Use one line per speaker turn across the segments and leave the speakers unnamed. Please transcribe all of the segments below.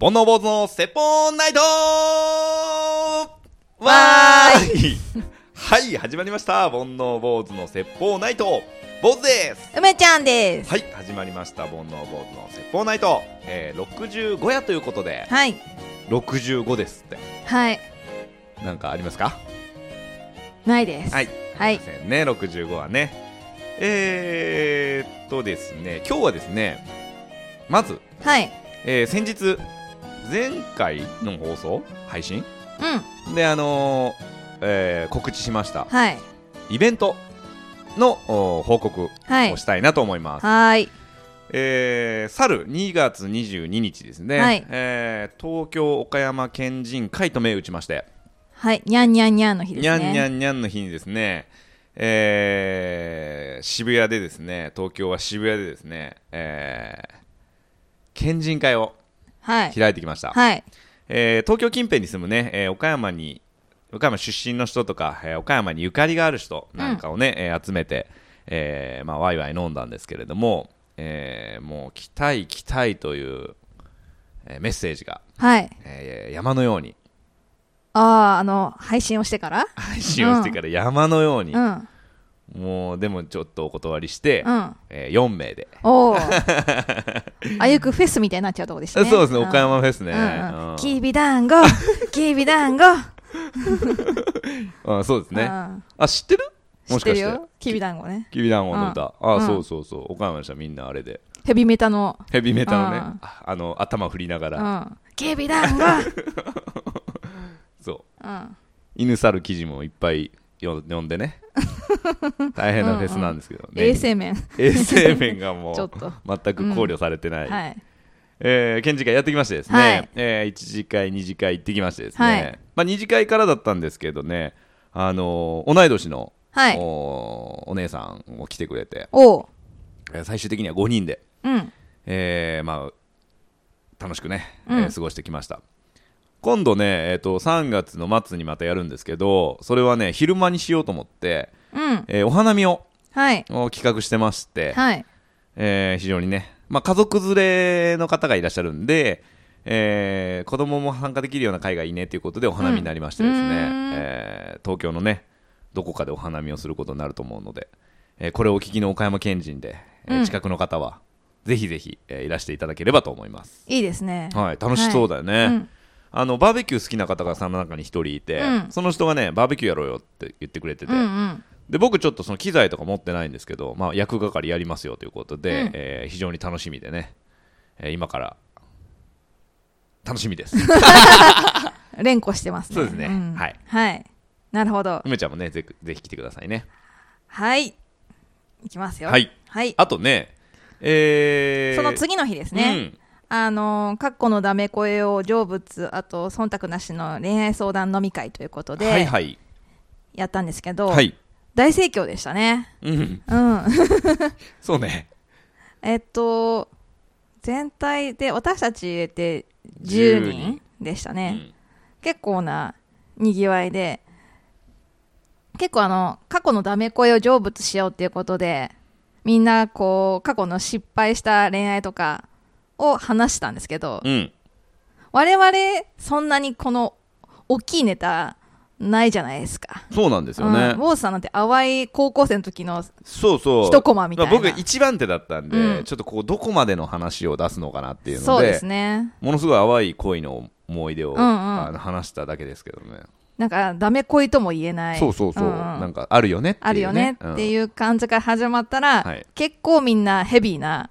煩悩坊主の説法ナイトわーいはい、始まりました。煩悩坊主の説法ナイト坊主です
梅ちゃんです。
はい、始まりました。煩悩坊主の説法ナイト。えー、65夜ということで、
はい。
65ですって。
はい。
なんかありますか
ないです。
はい。
はい
すませんね、65はね。えーっとですね、今日はですね、まず、
はい。
えー先日、前回の放送配信
うん。
で、あのーえー告知しました
はい。
イベントのお報告を
はい。
したいなと思います、
はーい。
えー、去る2月22日ですね、
はい
えー東京岡山県人会と銘打ちまして、
はい。にゃんにゃんにゃんの日です
にゃ
ね。
んにゃんにゃんの日にですね、えー、渋谷でですね東京は渋谷でですね、えー、県人会を
はい。
開いてきました、
はい。
えー東京近辺に住むね、えー岡山に岡山出身の人とか、えー岡山にゆかりがある人なんかをね、えー集めて、えーまあ、ワイワイ飲んだんですけれども、えーもう来たい来たいという、えーメッセージが、
はい。
えー山のように
ああ、あの、配信をしてから
配信をしてから山のように、
うん。うん。
もうでもちょっとお断りして、え4名で、
お お。あゆくフェスみたいになっちゃうとこでしたね。
そうですね岡
ん
山フェスね、
うんうん。
うん
きびだ んご。きびだんご。
うんそうです
う
ね
ん
あ知ってる
知
も
っ
しか
て
し
る
て
よ。きびだんごね。
きびだんごの歌、あ
うん
そうそうそう岡山の人はみんなあれで
ヘビメタの。
ヘビメタのね、
うん
ああの頭振りなが
う
ら、
ん。きびだん ご。う。
そうん犬猿記事もいっぱいよ読んで ね大変なフェスなんですけどね
衛生面。
衛生面がもう
ちょっと
全く考慮されてない、
はい。
えー、県次会やってきましてですね、
はい
えー、1次会2次会行ってきましてですね、
はい
まあ、2次会からだったんですけどね、あのー同い年の、
はい
おーお姉さんも来てくれて
おう。
えー最終的には5人で、
うん。
えーまあ、楽しくね、え
う
ー
ん
過ごしてきました、今度ね、えー、と3月の末にまたやるんですけどそれはね昼間にしようと思って、
うん。
えーお花見を
はい。
お企画してまして、
はい。
えー非常にね、まあ、家族連れの方がいらっしゃるんで、えー子供も参加できるような会がいいねということでお花見になりましてですね、
うんうーん
えー東京のねどこかでお花見をすることになると思うので、えーこれをお聞きの岡山県人で、えー
うん
近くの方はぜひぜひ、えーいらしていただければと思います、
いいですね。
はい、楽しそうだよね、
うん
あのバーベキュー好きな方がその中に一人いて、
うん
その人がねバーベキューやろうよって言ってくれてて、
うんうん。
で僕ちょっとその機材とか持ってないんですけど、まあ、役係やりますよということで、
うん
えー非常に楽しみでね、えー今から楽しみです
連呼してますね。
そうですね
ん
はい。
はい。なるほど。
梅ちゃんもねぜぜひ来てくださいね
はい。いきますよ。
はい。
はい。
あとねえー、
その次の日ですね。あのー、かっこのダメ声を成仏、あと、忖度なしの恋愛相談飲み会ということ
うん、はい
で、
はい
やったんですけど
は、い、
大盛況でしたね。
うん、
うん。
そうね
えっと、全体で、私たち入れて10人でしたね。結構なにぎわいで結構あの過去のダメ声を成仏しようっていうことでみんなこう過去の失敗した恋愛とかを話したんですけど、
うん、うん、
我々そんなにこの大きいネタないじゃないですか。
そうなんです
う
よ
ん、ウ
ね、
ォーズさんなんて淡い高校生の時の
そうそう
一コマみたいな
まあ僕一番手だったんで、
うん
ちょっとこうどこまでの話を出すのかなっていうので
そうですね
ものすごい淡い恋の思い出を、
うんうん
あの話しただけですけどね
なんかダメ恋とも言えない
そうそうそう、
んん
なんかあるよねっていう、ね、
あるよねって
う
いう感じから始まったら、
はい
結構みんなヘビーな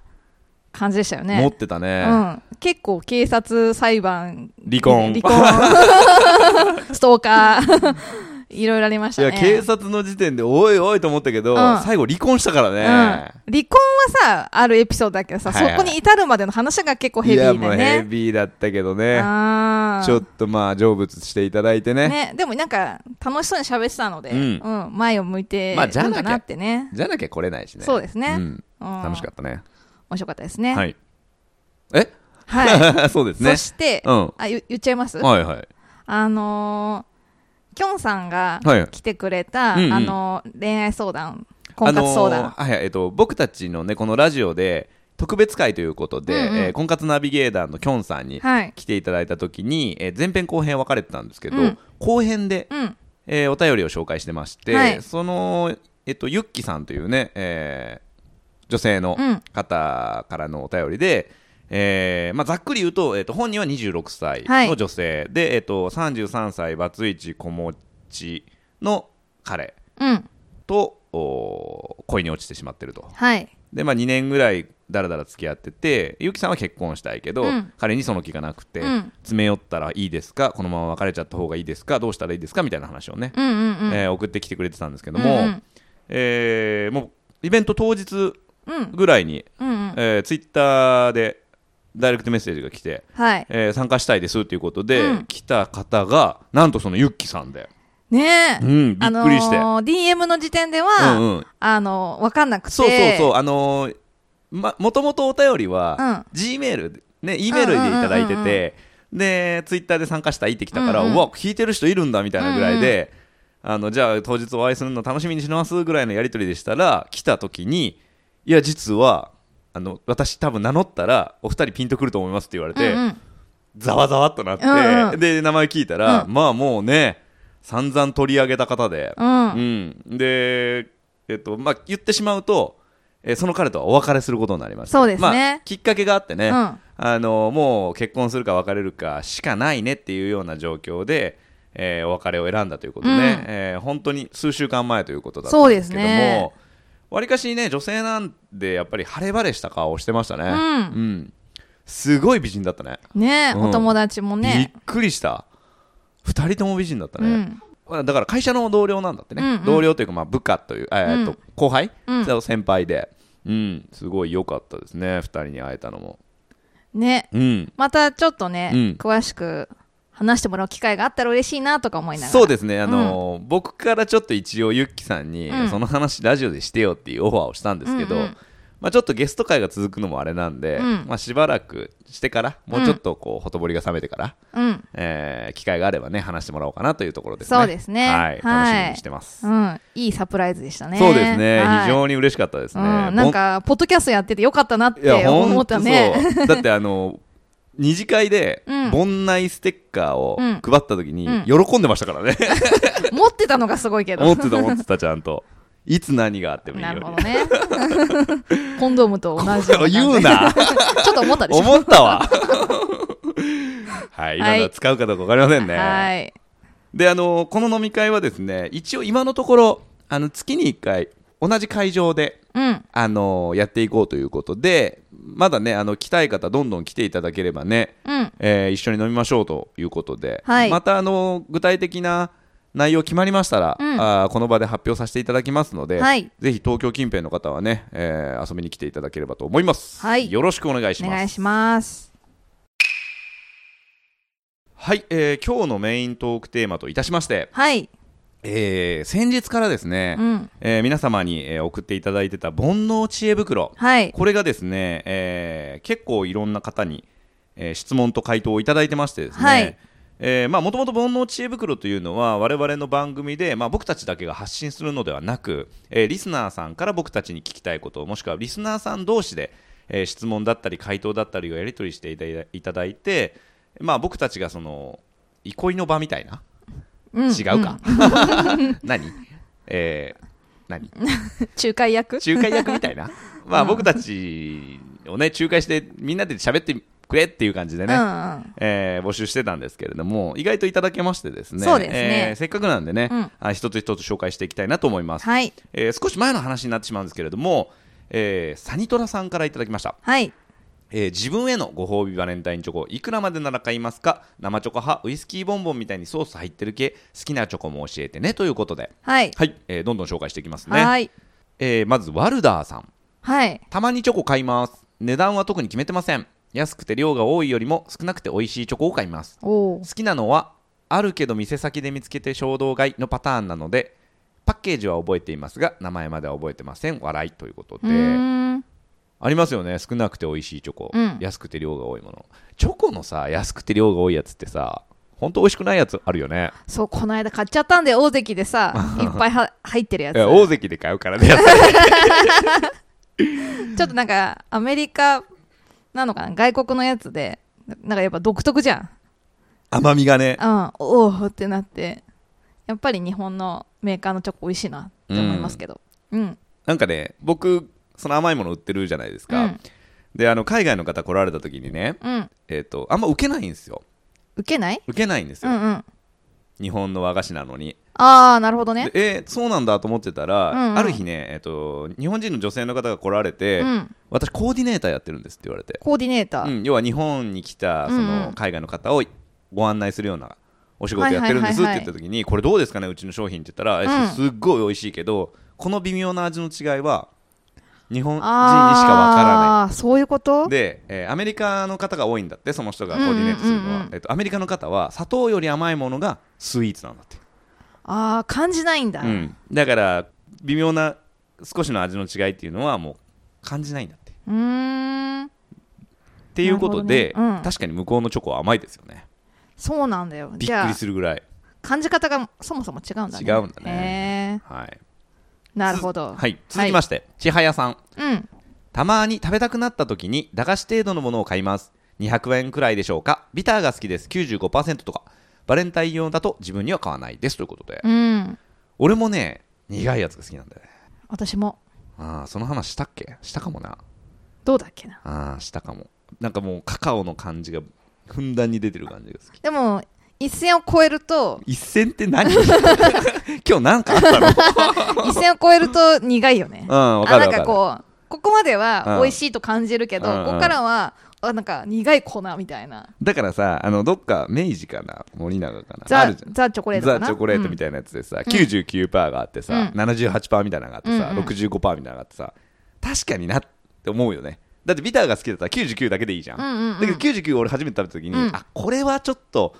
感じでしたよ
ん、
ね
持ってたね、
うん、結構警察裁判
離婚
離婚 ストーカー いろいろありまし
い
たね
や警察の時点でおいおいと思ったけど、
うん
最後離婚したから
うん、
ね
離、婚はさあるエピソードだけどさ、
はいはい
そこに至るまでの話が結構ヘビ
い
ー
や
で
もうヘ
ね
ビーだったけどね
あー
ちょっとまあ成仏していただいてね
ね、でもなんか楽しそうに喋ってたので、
う
うんん前を向いて
まあじゃ
る
なんきゃ
だなってね,、
じゃなきゃ来れないしね
そうですね、
うん、楽しか
っ
ったね、
た面白かったですね、
はいいえ、
は
そうです
い、
ね
そして、
うん
あゆ言っちゃいます
はいはい
あのー、きょんさんが
はい
来てくれた、
うんうん
あのー恋愛相談、婚活相談。
あのーはいはいえっと、僕たちのねこのラジオで特別会ということで、
うんうん
えー婚活ナビゲーターのきょんさんに
はい
来ていただいた時に、えー前編後編分かれてたんですけど、
うん
後編で、
うん
えーお便りを紹介してまして、
はい
その、えっと、ゆっきさんというね、えー女性の
うん
方からのお便りで、えーまあ、ざっくり言うと、えっと、本人は26歳の女性、で、えっと、33歳バツイチ子持ちの彼
うん
とおー恋に落ちてしまってると。
はい
で、まあ、2年ぐらいだらだら付き合っててゆきさんは結婚したいけど、
うん
彼にその気がなくて、
うん
詰め寄ったらいいですかこのまま別れちゃった方がいいですかどうしたらいいですかみたいな話をね、
うんうんうん
えー送ってきてくれてたんですけども、
うんうん
えーもうイベント当日
うん
ぐらいに、
うんうん
えツイッター Twitter でダイレクトメッセージが来て、
はい
えー参加したいですということで、
うん
来た方がなんとそのゆっきさんで、
ねえ
うんびっくりして
あのー DM の時点では、
うんうん
あのーわかんなくて
そうそうそう、あのーま、もともとお便りは、G メール、ね、E メールでいただいて
うんうんうん
て、で、ツイッターで参加したいって来たから、
う
うん
うん
わ、聞いてる人いるんだみたいなぐらいで、あの、じゃあ当日お会いするの楽しみにしますぐらいのやりとりでしたら、来た時に、いや、実は、あの、私多分名乗ったら、お二人ピンとくると思いますって言われて、
うんうん
ざわざわっとなって、
うんうん
で、名前聞いたら、
うん
まあもうね、散々取り上げた方で、
うん
うん、で、えっとまあ、言ってしまうと、えーその彼とはお別れすることになります
そうですね
まあ、きっかけがあってね、
うん
あのもう結婚するか別れるかしかないねっていうような状況で、えーお別れを選んだということで、
うん
えー本当に数週間前ということだったんですけど
そうですね
もわり、かしね女性なんでやっぱり晴れ晴れした顔をしてましたね、
うん
んすごい美人だったね
ねえ、
うん
お友達もね
びっくりした2人とも美人だった
う
ね、
ん
まあ、だから会社の同僚なんだってね、
うんうん
同僚というかまあ部下という、えーえっと
うん
後輩、
うん
その先輩で、うん、すごい良かったですね2人に会えたのも、
ね
うん、
またちょっとね、
うん
詳しく話してもらう機会があったら嬉しいなとか思いながら
そうですね、あのー僕からちょっと一応ゆっきさんに、
うん
その話ラジオでしてよっていうオファーをしたんですけど、
うんうん
まあ、ちょっとゲスト会が続くのもあれなんで、
うん
まあ、しばらくしてからもうちょっとこうほとぼりが冷めてから、
うん
えー機会があればね話してもらおうかなというところですね
そうですね
はい、
はい
楽しみにしてます、
うん、いいサプライズでしたね。
そうですね、
はい
非常に嬉しかったですね、
うん、なんか、ポッドキャストやっててよかったなっ
いや
て思ったね。
ほんとそう だってあの二次会で
うん
盆内ステッカーを
うん
配った時に
うん
喜んでましたからね
持ってたのがすごいけど。
思ってた思ってたちゃんといつ何があってもいいよう
なる
に
ほどね。コンドームと同じよな感じ。
言うな
ちょっと思ったでしょ。
思った わ はい今
はい
のは使うかどうか分かりませんね、
はい。
であのこの飲み会はですね一応今のところあの月に1回同じ会場で
うん。
あのやっていこうということでまだねあの来たい方どんどん来ていただければね
うん。
えー一緒に飲みましょうということで、
はい
またあの具体的な内容決まりましたら、
うん
あーこの場で発表させていただきますので、
はい
ぜひ東京近辺の方はね、えー遊びに来ていただければと思います、
はい
よろしくお願いし
お
ます
願いします。
はい、えー今日のメイントークテーマといたしまして、
はい。
えー先日からですね、
うん。
えー皆様に、えー送っていただいてた煩悩知恵袋
はい。
これがですね、えー結構いろんな方に、えー質問と回答をいただいてましてですね、
はい
えーまあ、もともと煩悩知恵袋というのは我々の番組で、まあ、僕たちだけが発信するのではなく、えーリスナーさんから僕たちに聞きたいこともしくはリスナーさん同士で、えー質問だったり回答だったりをやり取りしていただいいただいて、まあ、僕たちがその憩いの場みたいな、
うん
違うか、 何、えー何
仲介役
仲介役みたい なまあ僕たちをね仲介してみんなで喋ってくれっていう感じでね、
うんうん。
えー募集してたんですけれども意外といただけましてですね
そうですね
えーせっかくなんでね、
うん
あ一つ一つ紹介していきたいなと思います、
はい。
えー少し前の話になってしまうんですけれども、えーサニトラさんからいただきました
はい。
えー自分へのご褒美バレンタインチョコいくらまでなら買いますか生チョコ派ウイスキーボンボンみたいにソース入ってる系好きなチョコも教えてねということで
はい。
はい、えーどんどん紹介していきますね、
はい。
えーまずワルダーさん
はい。
たまにチョコ買います値段は特に決めてません安くて量が多いよりも少なくて美味しいチョコを買います
お
好
ー
きなのはあるけど店先で見つけて衝動買いのパターンなのでパッケージは覚えていますが名前までは覚えてません笑いということ
う
で
ーん。
ありますよね少なくて美味しいチョコ、
うん
安くて量が多いものチョコのさ安くて量が多いやつってさほんと美味しくないやつあるよね
そう、この間買っちゃったん で、大関でさ、いっぱいは入ってるやつ。
いや大関で買うからねやっぱり
ちょっとなんかアメリカなのかな外国のやつでなんかやっぱ独特じゃん
甘みがね
うん、おおってなってやっぱり日本のメーカーのチョコ美味しいなって思いますけど、うんうん
なんかね僕その甘いもの売ってるじゃないですか、であの海外の方来られた時にね
うん、
えっ、とあんま受けないんですよ
受けない
受けないんです
う
よ、
んうんあ
日本の和菓子なのに
あーなるほどね
でえーそうなんだと思ってたら、
うんうん
ある日ね、えっと日本人の女性の方が来られて、
うん、
私コーディネーターやってるんですって言われて、
コーディネーター、
うん、要は日本に来たそ
うんう
の
ん
海外の方をご案内するようなお仕事やってるんですって
はいはいはいはい
言った時にこれどうですかねうちの商品って言ったら、え
うん
すっごい美味しいけどこの微妙な味の違いは日本人にしか
あ
わからない
あーそういうこと
で、えーアメリカの方が多いんだってその人がコーディネートするのは、
うんうんうんうん
えっとアメリカの方は砂糖より甘いものがスイーツなんだって、
ああ感じないんだ、
うん、だから微妙な少しの味の違いっていうのはもう感じないんだってっ
うーん
ていうことで、
なるほどねうん
確かに向こうのチョコは甘いですよね
そうなんだよ
びっ
じ
く
ゃ
り
あ
するぐらい
感じ方がそもそも違うんだね
違うんだね
へ
はい、
えなるほど
はい、続きまして、千早さん
うん
たまに食べたくなった時に駄菓子程度のものを買います200円くらいでしょうかビターが好きです95%とかバレンタイン用だと自分には買わないですということで
うん
俺もね苦いやつが好きなんだよね
私も
ああその話したっけしたかもな
どうだっけな
ああしたかもなんかもうカカオの感じがふんだんに出てる感じが好き
でも一線を越え ると
一線って 何今日なんかあったの
一線を越えると苦いよね
うんわか
あ
るわ
なん
かる
かこうここまでは
うん
美味しいと感じるけど、
うんうん
ここからはあなんか苦い粉みたいな
だからさあのどっか明治かな森永かなあ
ザ
るじゃん
ザチョコレートか
ザ・
な
チョコレートみた
たい
いなやつでさ、99%があってさ、
うん
78%みたいなのがあってさ、
うんうん
65%みたいなのがあってさ確かになって思うよねだってビターが好きだったら99だけでいいじゃん,、
うんうんうん
だけど99俺初めて食べた時に、
うん
あこれはちょっと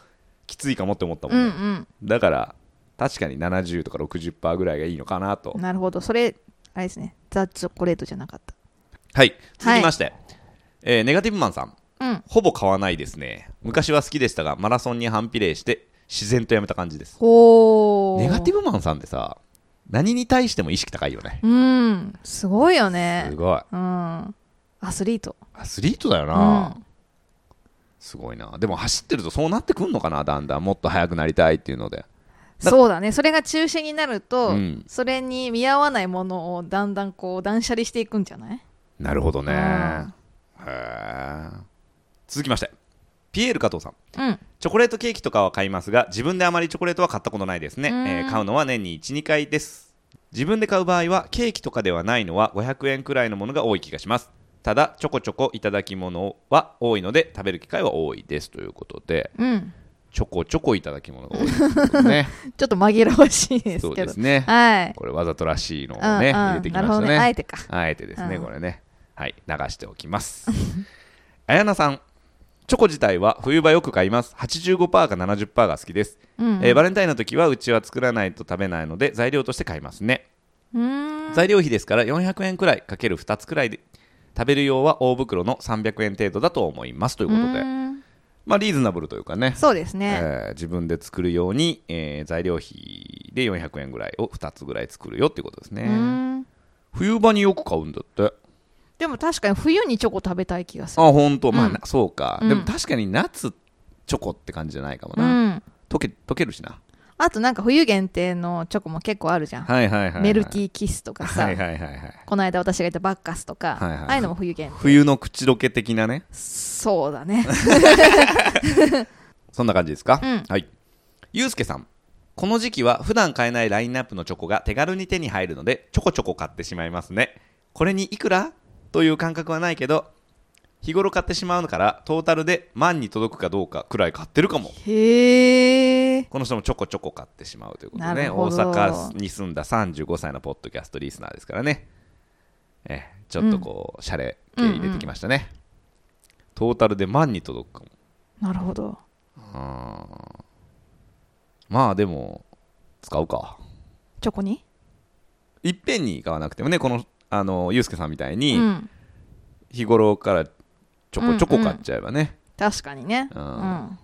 きついかもって思ったもん
うん
ね、
うん
だから確かに70とか60%ぐらいがいいのかなと
なるほどそれあれですねザチョコレートじゃなかっ
はい続きまして、えーネガティブマンさん
たうん
ほぼ買わないですね昔は好きでしたがマラソンに反比例して自然とやめた感じです
ほー
ネガティブマンさんってさ何に対しても意識高いよね
うんすごいよね
すごい
うんアスリート
アスリートだよな、
う
すごいなでも走ってるとそうなってくんのかなだんだんもっと速くなりたいっていうのでだ
そうだねそれが中心になると、
うん
それに見合わないものをだんだんこう断捨離していくんじゃない
なるほどね
うん
へえ続きましてピエール加藤さん
うん
チョコレートケーキとかは買いますが自分であまりチョコレートは買ったことないですね、え
うん
ー買うのは年に12回です自分で買う場合はケーキとかではないのは500円くらいのものが多い気がしますただちょこちょこいただき物は多いので食べる機会は多いですということで
うん
ちょこちょこいただき物が多いです ね
ちょっと紛らわしいですけど
そうですね
はい
これわざとらしいのをね
うんうん
入れてきまし
なる
た
ほどね
ね
あえてか
あえてですね
うん
これねはい流しておきますあやなさんチョコ自体は冬場よく買います85%か70%が好きです
うん
えーバレンタインの時はうちは作らないと食べないので材料として買いますね
うーん
材料費ですから400円くらいかける2つくらいで食べる用は大袋の300円程度だと思いますということ
う
で
ーん
まあリーズナブルというかね
そうですね、
えー自分で作るように、えー材料費で400円ぐらいを2つぐらい作るよっていうことです
う
ね
ーん
冬場によく買うんだって
でも確かに冬にチョコ食べたい気がする
あ本当まあ、
うん
なそうか、
うん
でも確かに夏チョコって感じじゃないかも
う
な、
ん
溶け溶けるしな
あとなんか冬限定のチョコも結構あるじゃん、
はいはいはい、はい、
メルティーキスとかさ、
はいはいはいはい
この間私が言ったバッカスとか、
はいはい
ああいうのも冬限定
冬の口どけ的なね
そうだね
そんな感じですか、
うん
はい。ゆうすけさん。この時期は普段買えないラインナップのチョコが手軽に手に入るので、ちょこちょこ買ってしまいますね。これにいくらという感覚はないけど、日頃買ってしまうのから、トータルで万に届くかどうかくらい買ってるかも。
へえ
この人もちょこちょこ買ってしまうということで
な
ね、
るほ
大
ど
阪に住んだ35歳のポッドキャストリスナーですからね。ええ、ちょっとこう、シャレ系入れてきましたね。トータルで万に届くかも。
なるほど
あーまあでも使うか
チョコに
いっぺんに買わなくてもねこのあのユうスケさんみたいに、
うん
日頃からちょこちょこ買っちゃえばね、
確かにね
う
うんん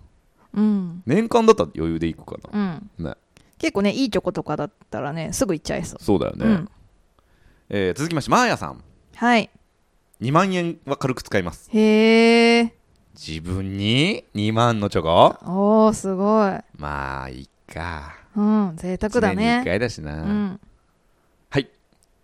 うん、
年間だったら余裕でいくか
うん、
な、ね、
結構ねいいチョコとかだったらねすぐ行っちゃいそう
そうだよね、
うん
えー続きましてマーヤさん
はい。
2万円は軽く使います
へえ。
自分に2万のチョコ
おー、すごい。
まあいいか
うん、贅沢だ
1年に1
ね。
回だしな、
うん。
はい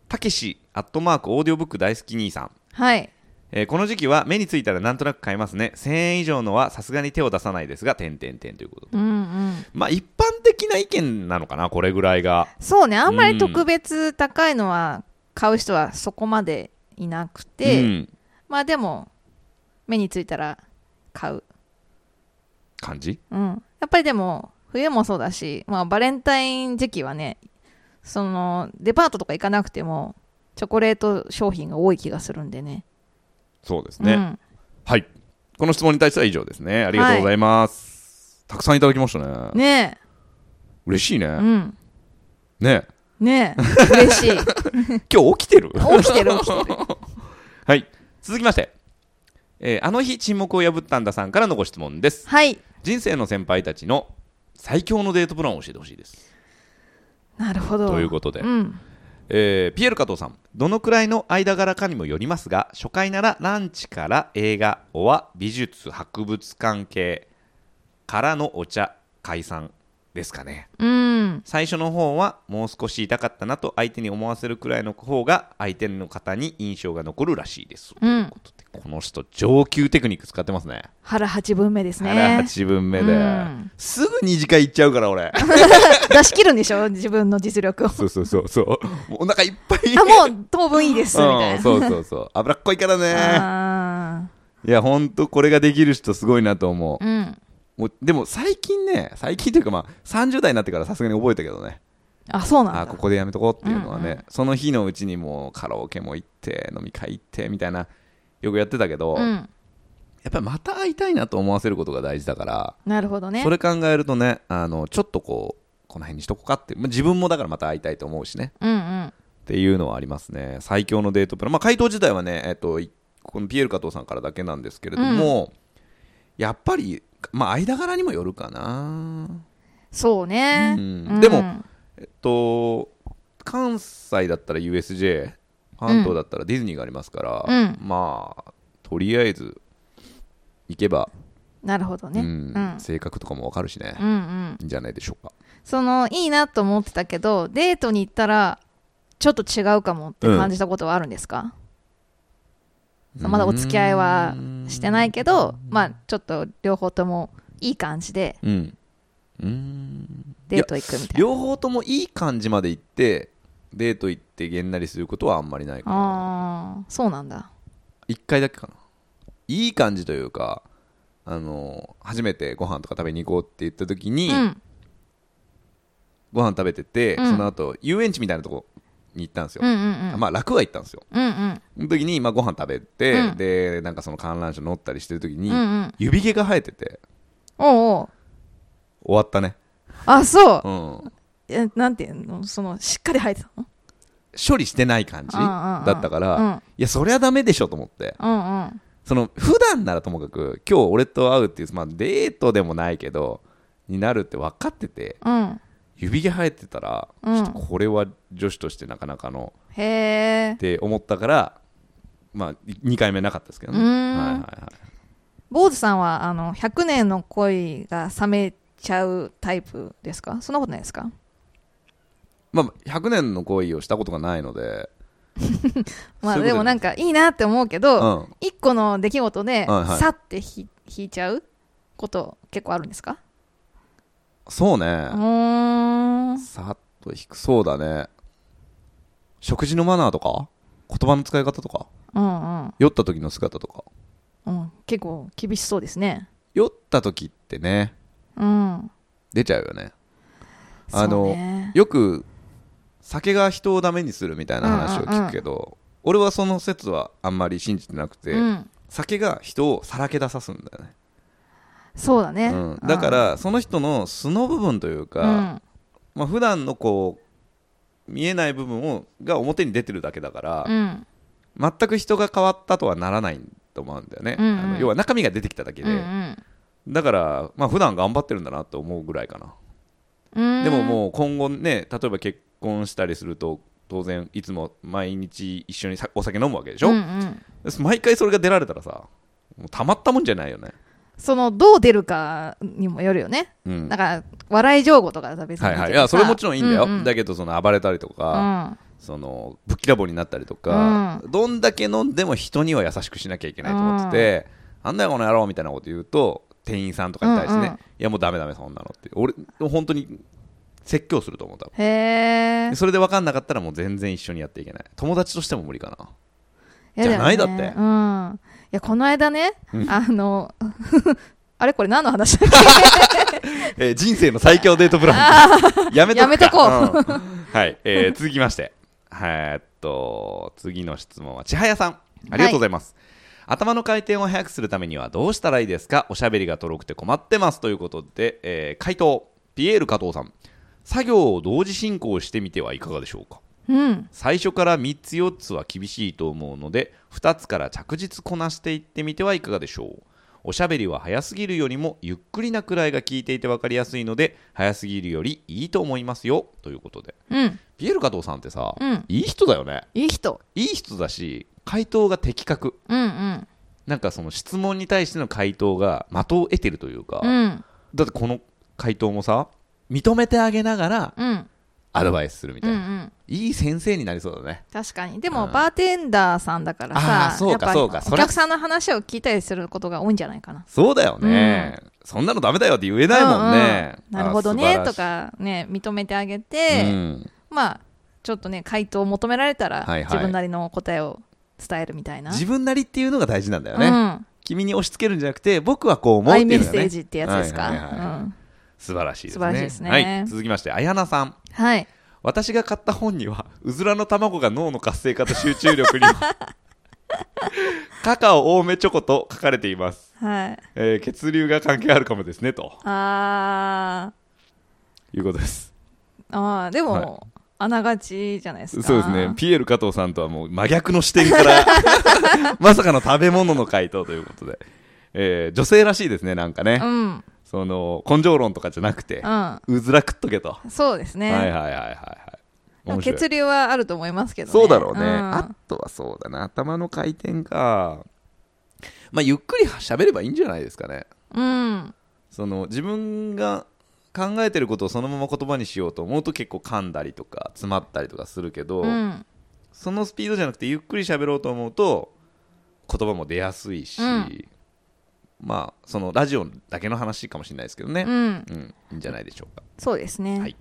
たけしアットマークオーディオブック大好き兄さん
はい。
えーこの時期は目についたらなんとなく買いますね1000円以上のはさすがに手を出さないですが点点点ということ
うんうん。
まあ一般的な意見なのかなこれぐらいが
そうね、あんまり特別高いのは買う人はそこまでいなくて、
うん、
まあでも、目についたら買う。
感じ
うん。やっぱりでも、冬もそうだし、まあバレンタイン時期はね、その、デパートとか行かなくても、チョコレート商品が多い気がするんでね。
そうですね、
うん。
はいこの質問に対しては以上ですねありがとうございます、たくさんいただきましたね
ね
嬉しいね、
え。うん。
ね
ねえ。嬉しい。
今日起きてる
起きてる起きてる。
はい続きまして、えーあの日沈黙を破ったんださんからのご質問です
はい。
人生の先輩たちの最強のデートプランを教えてほしいです
なるほど。
ということで
うん。
えーピエール加藤さんどのくらいの間柄かにもよりますが初回ならランチから映画おは美術博物館系からのお茶解散ですかね
うん。
最初の方はもう少し痛かったなと相手に思わせるくらいの方が相手の方に印象が残るらしいです、
うん。
この人上級テクニック使ってますね
腹八分目ですね。
腹8分目で、
うん
すぐ二次会行っちゃうから 俺
出し切るんでしょ自分の実力を。
そうそうそうそうもうお腹いっぱい
あ、もう当分いいです。みたいな。
うん、そうそうそう脂っこいからね
あ
いやほんとこれができる人すごいなと思
ーうん。
うもうでも最近ね最近というかまあ30代になってからさすがに覚えたけどね
あ、そうな
あ
ん
こ
だ。
こでやめとこうっていうのはね、
うんうん
その日のうちにもうカラオケも行って飲み会行ってみたいなよくやってたけど、
う
や
ん。
っぱりまた会いたいなと思わせることが大事だから、
なるほどね
そ。れ考えるとねあのちょっとこうこの辺にしとこうかって、まあ、自分もだからまた会いたいと思うしね
うんうん。
っていうのはありますね最強のデートプラン、まあ、回答自体はね、えっと、いこのピエール加藤さんからだけなんですけれども、やっぱり、まあ、間柄にもよるかな、
そうね。
うん
うん
でも、えっと、関西だったら USJ 関東だったらディズニーがありますから、
うん
まあとりあえず行けば、
なるほどね。
う
うんん。
性格とかもわかるしね、
うんうん。
いいんじゃないでしょうか
その、いいなと思ってたけど、デートに行ったら、ちょっと違うかもって感じたことはあるんですか、さまだお付き合いはしてないけど、まあ、ちょっと両方ともいい感じで
うんうん
デート行くみたいな。
両方ともいい感じまで行ってデート行ってげんなりすることはあんまりないかな
ああ、そうなんだ。
一回だけかないい感じというかあの初めてご飯とか食べに行こうって言った時に、
うん。
ご飯食べてて、
うん
その後遊園地みたいなとこに行ったんですよ
うんう、んうん。
まあ楽は行ったんですよ
うんうん。
その時に、まあ、ご飯食べて、
うん
でなんかその観覧車乗ったりしてる時に、
うんうん。
指毛が生えてて
おうおう。
終わったね
あ、そう。
うん
えなんていうのその、しっかり生えてたの
処理してない感じ
ああああ
だったから、
う
い
ん
やそりゃダメでしょと思って
うんうん。
その普段ならともかく今日俺と会うっていう、まあ、デートでもないけどになるって分かってて
うん。
指毛生えてたら、
うん
ちょっとこれは女子としてなかなかの
へえ
っ。て思ったからまあ2回目なかったですけどね
う
はい
ーん
はいはい
坊主さんは、あの、100年の恋が冷めちゃうタイプですかそんなことないですか
まあ、100年の恋をしたことがないので
まあでもなん
か、
かいいなって思うけ
う
ど、
ん、
一個の出来事で、
はいはい
さってひ引いちゃうこと結構あるんですか
そう
う
ね
ーん。
さっと低そうだね食事のマナーとか言葉の使い方とか
うんうん
酔った時の姿とか
うん。結構厳しそうですね。
酔った時ってね
うん。
出ちゃうよね
そ
あ
う
の
ね
よく酒が人をダメにするみたいな話を聞くけど、俺はその説はあんまり信じてなくて、
うん、
酒が人をさらけ出さすんだよね
そうだね、
うん、だからその人の素の部分という
う
か、
ん、
まあ普段のこう見えない部分をが表に出てるだけだから
う、ん
全く人が変わったとはならないと思うんだよね、
うんうん
あの要は中身が出てきただけ
うんう
で、
ん
だからまあ普段頑張ってるんだなと思うぐらいかな、
うん
でももう今後ね例えば結婚したりすると当然いつも毎日一緒にさお酒飲むわけでしょ、
うんうん、
毎回それが出られたらさもうたまったもんじゃないよね、
そのどう出るかにもよるよね、
うん、
だから笑い上戸とかだと別に
はい
けど
は
さ
いいやそれもちろんいいんだよ、
うんうん
だけどその暴れたりとか、
うん
そのぶっきらぼうになったりとか、どんだけ飲んでも人には優しくしなきゃいけないと思ってて、なんだよこの野郎みたいなこと言うと店員さんとかに対してね、
うんうん
いやもうダメダメそんなのって俺本当に説教すると思う多分
へえ
でそれで分かんなかったらもう全然一緒にやっていけない友達としても無理かな
や
じゃないだって
よねうんいやこの間ね、あの あれこれ何の話だっけ
えー人生の最強デートプラ ンやめとくか
やめとこ
うんはい、えー続きましてえーっと次の質問は千早さんありがとうございます、頭の回転を速くするためにはどうしたらいいですかおしゃべりがとろくて困ってますということで、えー回答ピエール加藤さん作業を同時進行してみてはいかがで しょうか
うん
最初から3つ4つは厳しいと思うので2つから着実こなしていってみてはいかがでしょうおしゃべりは早すぎるよりもゆっくりなくらいが聞いていて分かりやすいので早すぎるよりいいと思いますよということで
うん
ピエール加藤さんってさ、
うん
いい人だよね
いい人
いい人だし回答が的確
うんうん
なんかその質問に対しての回答が的を得てるというか、
うん
だってこの回答もさ認めてあげながら
うん
アドバイスするみ
う
たい
んう
な、
ん
いい先生になりそうだね
確かにでも
うん
バーテンダーさんだから
あー
さ
そうか
やっぱ
そうかそ
お
れ
客さんの話を聞いたりすることが多いんじゃないかな
そうだよね、そんなのダメだよって言えないもんね、
うんうんなるほどね
あ
と、かね認めてあげ、
素晴らしていうん
まあちょっとね回答を求められた
は
ら、
いはい
自分なりの答えを伝えるみたいな
自分なりっていうのが大事なんだよね、君に押し付けるんじゃなくて僕はこう
うん、
思うっ
ア
てい
イ
うのが
メッ
ね
セージってやつですか
はいはいはい
うん
素晴らしいですね
素晴らしいですね
はい、続きまして綾菜さん
はい
私が買った本にはうずらの卵が脳の活性化と集中力に カカオ多めチョコと書かれています、
はい
えー血流が関係あるかもですねと
あ
いうことです
ーあーでも、
はい
あながちじゃないですか
そうですねピエール加藤さんとはもう真逆の視点から まさかの食べ物の回答ということで、えー女性らしいですねなんかね、
うんうん
その根性論とかじゃなくて、うずら食っとけと、
そうですね、
はいはいはいはいはい
でも
面白い
血流はあると思いますけどね
そうだろうね、
ん
あとはそうだな頭の回転かまあゆっくり喋ればいいんじゃないですかね
うん
その自分が考えてることをそのまま言葉にしようと思うと結構噛んだりとか詰まったりとかするけど、
うん
そのスピードじゃなくてゆっくり喋ろうと思うと言葉も出やすいし、
うん
まあそのラジオだけの話かもしれないですけどね、
うん
うんいいんじゃないでしょうか
そうですね
はい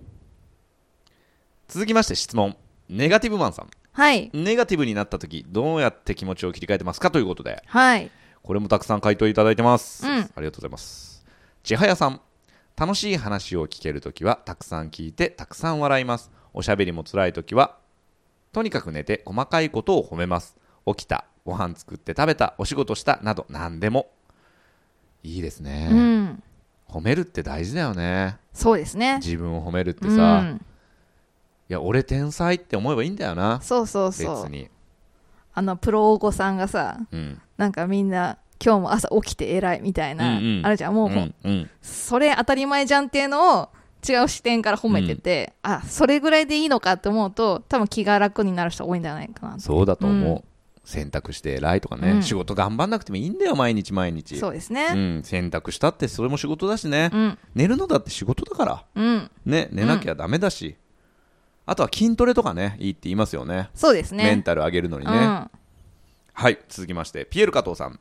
続きまして質問ネガティブマンさん
はい、
ネガティブになった時どうやって気持ちを切り替えてますかということで
はい
これもたくさん回答いただいてます、
うん
ありがとうございます千早さん楽しい話を聞けるときはたくさん聞いてたくさん笑いますおしゃべりも辛いときはとにかく寝て細かいことを褒めます起きたご飯作って食べたお仕事したなど何でもいいですね、
うん、
褒めるって大事だよね
そうですね
自分を褒めるって
う
さ、い
ん、
や俺天才って思えばいいんだよな
そうそうそう
別に、
あのプロお子さんがさ
うん、
なんかみんな今日も朝起きて偉いみたいな、
うんうん
あるじゃんもう、
うんうん
それ当たり前じゃんっていうのを違う視点から褒めてて、あそれぐらいでいいのかって思うと多分気が楽になる人多いんじゃないかな
そうだと思う、
うん
選択して偉いとかね、
うん
仕事頑張んなくてもいいんだよ毎日毎日
そうですね
ん、選択したってそれも仕事だしね、
うん
寝るのだって仕事だから
うん、
ね寝なきゃダメだし、あとは筋トレとかねいいって言いますよね
そうですね
メンタル上げるのにね、はい続きましてピエール加藤さん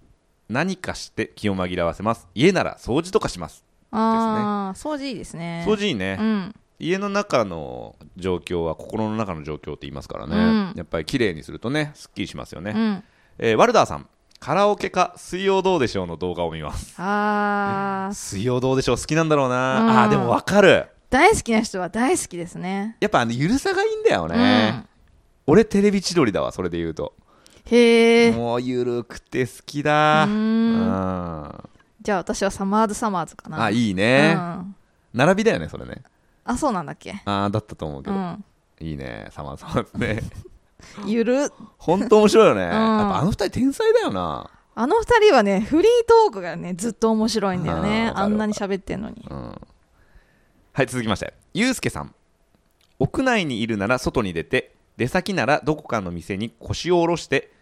何かして気を紛らわせます家なら掃除とかします、
うん、ああ、掃除いいですね
掃除いいね、
うん
家の中の状況は心の中の状況って言いますからね、
うん
やっぱり綺麗にするとねすっきりしますよね、
うん
えーワルダーさんカラオケか水曜どうでしょうの動画を見ます
ああ
水曜どうでしょう好きなんだろうな、
うん
あーでもわかる
大好きな人は大好きですね
やっぱあのゆるさがいいんだよね、俺テレビ千鳥だわそれで言うと
うん、へえ
もうゆるくて好きだ
う
う
ー
んん
じゃあ私はサマーズサマーズかな
あ
い
いいね、
うん、
並びだよねそれね
あそうなんだっけ
あーだったと思うけ
う
ど、
ん
いいねさまざまですね
ゆる
本当面白いよね、
ん
やっぱあの二人天才だよな
あの二人はねフリートークがねずっと面白いんだよ
あーわ
ね
かる
あんなに喋ってんのに
うんはい続きましてゆうすけさん屋内にいるなら外に出て出先ならどこかの店に腰を下ろして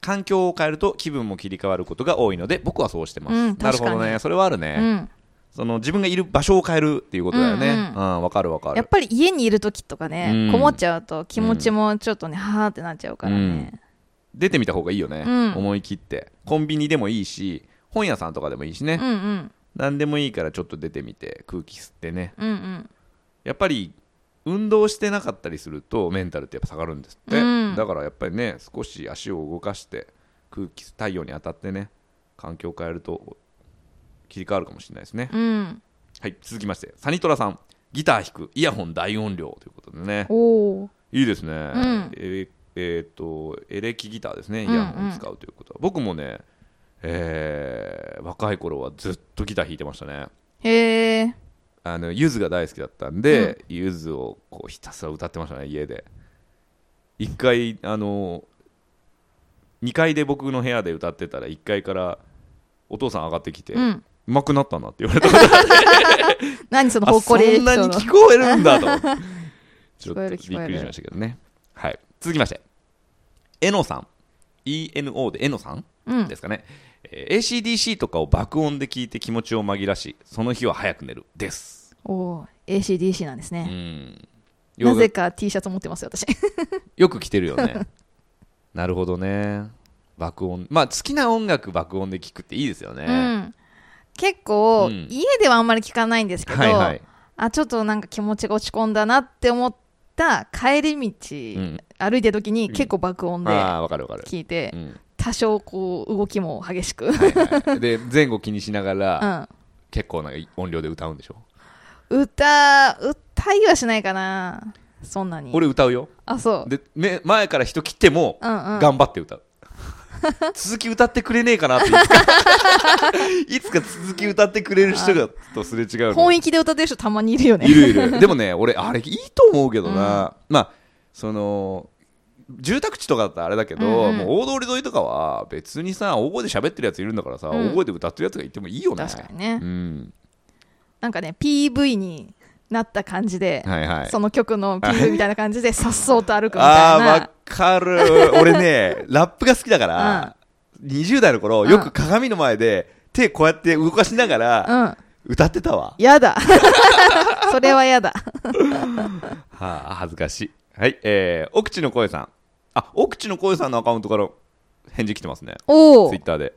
環境を変えると気分も切り替わることが多いので僕はそうしてます、
うん
なるほど
確か
ね
に
それはあるね、
うん、
その自分がいる場所を変えるっていうことだよね
う
うんん
う
わ、かるわか
やっ
る
ぱり家にいる時とかね、
うん
こもっちゃうと気持ちもちょっとね、はーってなっちゃうからね、
出てみた方がいいよね、
うん
思い切ってコンビニでもいいし本屋さんとかでもいいしね、
うん、うん
何でもいいからちょっと出てみて空気吸ってね
うんうん
やっぱり運動してなかったりするとメンタルってやっぱ下がるんですって、
うん
だからやっぱりね少し足を動かして空気太陽に当たってね環境を変えると切り替わるかもしれないですね、
うん
はい続きましてサニトラさんギター弾くイヤホン大音量ということでね
おお
いいですね、
ん
ええーっとエレキギターですねイヤホン使うということは、僕もねえー若い頃はずっとギター弾いてましたね
へえ
あのゆずが大好きだったんで、ゆずをこうひたすら歌ってましたね家で一回あの2階で僕の部屋で歌ってたら1階からお父さん上がってきて、う
うん
まくなったなって言われ たことあって
何その
あそ
誇りエピ
んな
ソ
に
ード
聞こえるんだと思ってちょっ
聞ことえ
び
る
っ
聞こえ
く
る
りしましたけどねはい続きましてえのさん ENO でえのさん、
うん
ですかね、えー ACDC とかを爆音で聞いて気持ちを紛らしその日は早く寝るです
おお ACDC なんです
う
ね、
ん
なぜか T シャツ持ってますよ私
よく来てるよね なるほどね爆音まあ好きな音楽爆音で聞くっていいですよ
う
ね、
ん結構、
うん
家ではあんまり聞かないんですけど、
はいはい、
あちょっとなんか気持ちが落ち込んだなって思った帰り道、
うん、
歩いてる時に結構爆音で
ああわかるわかる、
聞いて、
うん
多少こう動きも激しく、
はいはい、で前後気にしながら、
う
結構なんか音量で歌うんでしょ
ん、歌歌いはしないかなそんなに
俺歌うよ
あそう
で、ね、前から人来ても
うんうん
頑張って歌う、 続き歌ってくれねえかなっていつか いつか続き歌ってくれる人がとすれ違うの
本域で歌ってる人たまにいるよね
いるい るでもね俺あれいいと思うけどな、まあその住宅地とかだったらあれだけど、
うんうん
もう大通り沿いとかは別にさ大声で喋ってるやついるんだからさ、
うん
大声で歌ってるやつがいてもいいよね
確かにね、
うん、
なんかね PV になった感じで、
はいはい
その曲の PV みたいな感じ でさっそうと歩くみた
あー
いな
わかる俺ねラップが好きだから、20代の頃よく鏡の前で手こうやって動かしながら
うん
歌ってたわ、
やだ それは やだ
はあ恥ずかしいはいえー、奥地の声さんあ奥地の声さんのアカウントから返事来てますね
おお
ツイッターで、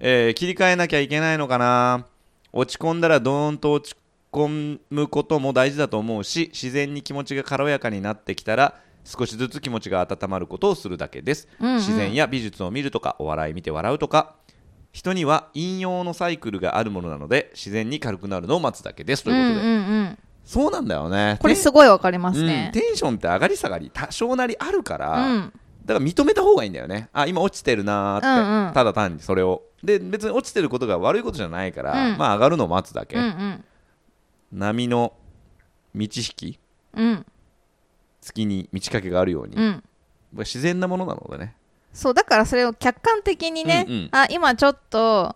えー切り替えなきゃいけないのかな落ち込んだらどーんと落ち込むことも大事だと思うし自然に気持ちが軽やかになってきたら少しずつ気持ちが温まることをするだけです、
うんうん
自然や美術を見るとかお笑い見て笑うとか人には引用のサイクルがあるものなので自然に軽くなるのを待つだけですと
うん
いううこと
ん
で、
うん
そうなんだよね
これ
テン
すごいわかりますね
うん、テンションって上がり下がり多少なりあるか
う
ら、
ん
だから認めた方がいいんだよねあ今落ちてるなーって、
うんうん
ただ単にそれをで別に落ちてることが悪いことじゃないから、
うん
まあ上がるのを待つだけ、
うんうん
波の満ち引き
うん
月に満ち欠けがあるように、
う
こ
ん
れ自然なものなのでね
そうだからそれを客観的にね、
うんうん
あ今ちょっと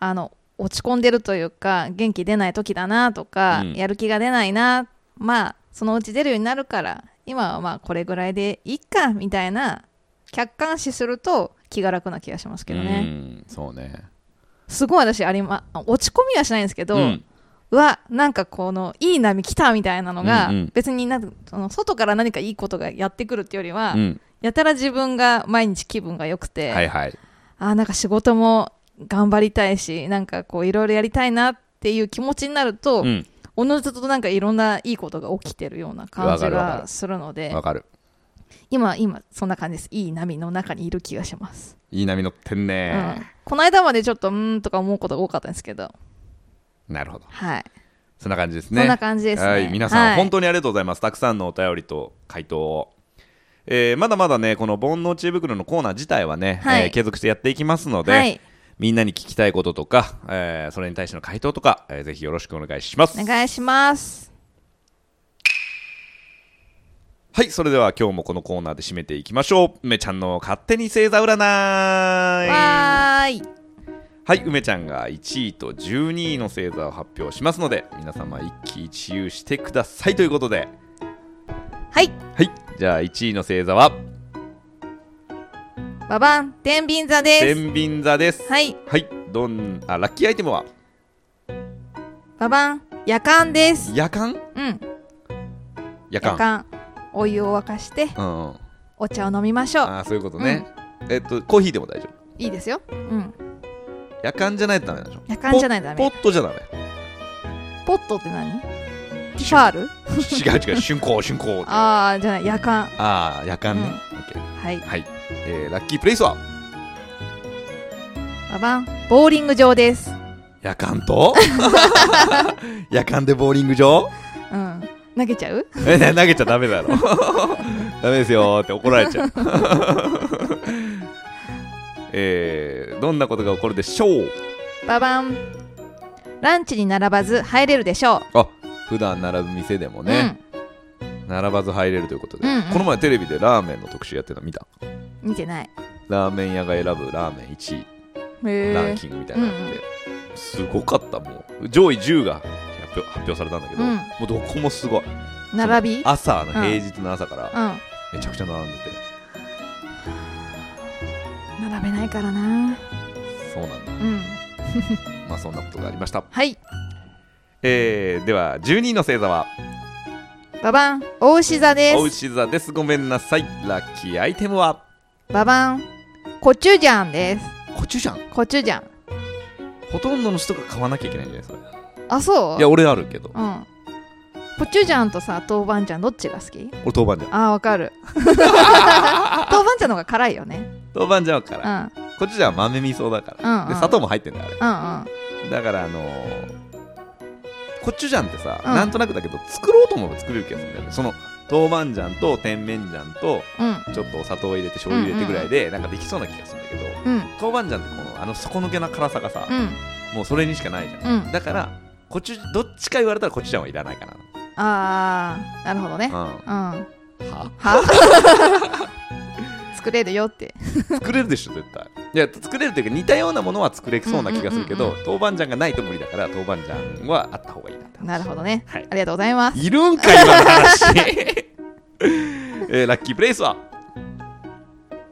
あの落ち込んでるというか元気出ない時だなとか、
うん
やる気が出ないなまあそのうち出るようになるから今はまあこれぐらいでいいかみたいな客観視すると気が楽な気がしますけど
う
ね、
んそうね
すごい私あり、ま、落ち込みはしないんですけど、
う
うんわなんかこのいい波来たみたいなのが、
うんうん
別になんかその外から何かいいことがやってくるっていうよりは、
うん
やたら自分が毎日気分が良くて、
はいはい
あーなんか仕事も頑張りたいしなんかこういろいろやりたいなっていう気持ちになると、
うん
おのずとなんかいろんないいことが起きてるような感じ
わかるわか
が
る
するので
わかる
今今そんな感じですいい波の中にいる気がします、
いい波乗ってんね
うん、この間までちょっとうーんとか思うことが多かったんですけど
なるほど
はい、
そんな感じですね
そんな感じですね
はい皆さん、
はい
本当にありがとうございますたくさんのお便りと回答をえーまだまだねこの「煩悩知恵袋」のコーナー自体はね、
はい
えー継続してやっていきますので、
はい、
みんなに聞きたいこととか、えーそれに対しての回答とか、えーぜひよろしくお願いします
お願いします
はいそれでは今日もこのコーナーで締めていきましょう梅ちゃんの勝手に星座占い
わーい
はい梅ちゃんが1位と12位の星座を発表しますので皆様一喜一憂してくださいということで
はい
はいじゃあ1位の星座は
ババン天秤座です
天秤座です
はい
はいどんあラッキーアイテムは
ババン夜間です
夜間
うん
夜間
夜間お湯を沸かして
うんうん
お茶を飲みましょう
ああそういうことね、えっとコーヒーでも大丈夫
いいですようん
夜間じゃないとダメなんでしょ
夜間じゃないとダメ
ポポットじゃダメ
ポットって何ティファール
違う違う春光春光あ
ああじゃない夜間
あー夜間ね、オッケー
はい
はい、えー、ラッキープレイスは
ババンボーリング場です
夜間 と夜間でボーリング場
うん投げちゃう
えな投げちゃダメだ ろダメですよって怒られちゃうえー、どんなことが起こるでしょう
ババンランチに並ばず入れるでしょ
あ普段並ぶ店でも
う、
ね、並ばず入れるということで、
うんうん
この前テレビでラーメンの特集やってたの見た
うん見てない
ラーメン屋が選ぶラーメン1位ラ
へ
ンキングみたいなのがあって、すごかったもう上位10が発表発表されたんだけど、
うん
もうどこもすごい
え並びう
朝の平日の朝から
ん
めちゃくちゃ並んでて、
並べないからな
そうなんだ
うん
まあそんなことがありました、
はい
えー、では12位の星座は
ババン大牛座で
おう
す
し座ですごめんなさいラッキーアイテムは
ババンコチュジャンです
コチュジャン
コチュジャン
ほとんどの人が買わなきゃいけないんじゃないそれい
あそう
や俺あるけど
うんコチュジャンとさ豆板醤どっちが好き
俺豆板醤
あーわかる 豆板醤の方が辛いよね
豆板醤か
う
ら
ん
コチュジャンは豆味噌だから、
うんうん
で砂糖も入ってんだよあれ
うんうん
だからあのーコチュジャンってさ、
うん
なんとなくだけど作ろうと思えば作れる気がするんだよねその豆板醤と甜麺醤と
うん
ちょっとお砂糖を入れて醤油入れてぐらいで、なんかできそうな気がするんだけど
うん
豆板醤ってこのあの底抜けな辛さがさ、
うん
もうそれにしかないじゃん
うん
だからコチュどっちか言われたらコチュジャンはいらないかな
あーなるほどね
うん
うん
は
は 作れるよって
作れるでしょ絶対いや作れるというか似たようなものは作れそうな気がするけど、
うんう
豆板醤がないと無理だから豆板醤はあった方がいいなって
なるほどね
はい
ありがとうございます
いるんか今の 話えーラッキープレイスは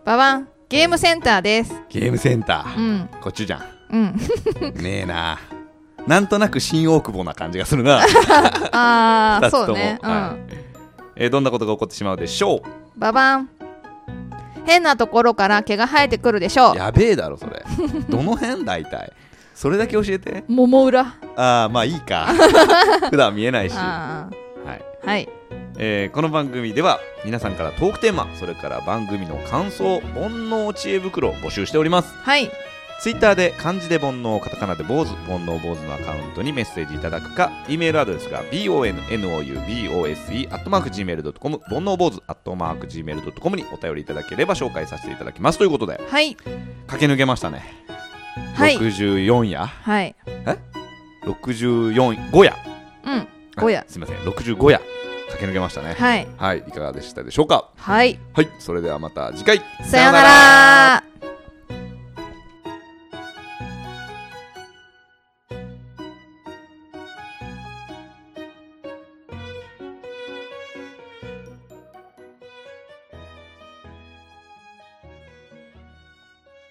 ババンゲームセンターです
ゲームセンタ
う
ー、
ん
コチュジャ
うん
ンねえななんとなく新大久保な感じがするな
あ
二
あ
つとも
そうねう
は
ん
えーどんなことが起こってしまうでしょう
ババン変なところから毛が生えてくるでしょ
やべえだろそ れどの辺大体それだけ教えて
う桃裏
ああまあいい か普段見えないし、は
あ
い
ーはい
えーこの番組では皆さんからトークテーマそれから番組の感想煩悩知恵袋を募集しております
はい
ツイッターで漢字で煩悩カタカナで坊主煩悩坊主のアカウントにメッセージいただくか E メールアドレスが bonoubose アットマーク gmail.com 煩悩坊主アットマーク gmail.com にお便りいただければ紹介させていただきますということで
はい
駆け抜けましたね、
はい
64夜
はい
645夜
うん5夜
あすいません65夜駆け抜けましたね
はい
はい、いかがでしたでしょうか
はい
はい、それではまた次回
さようなら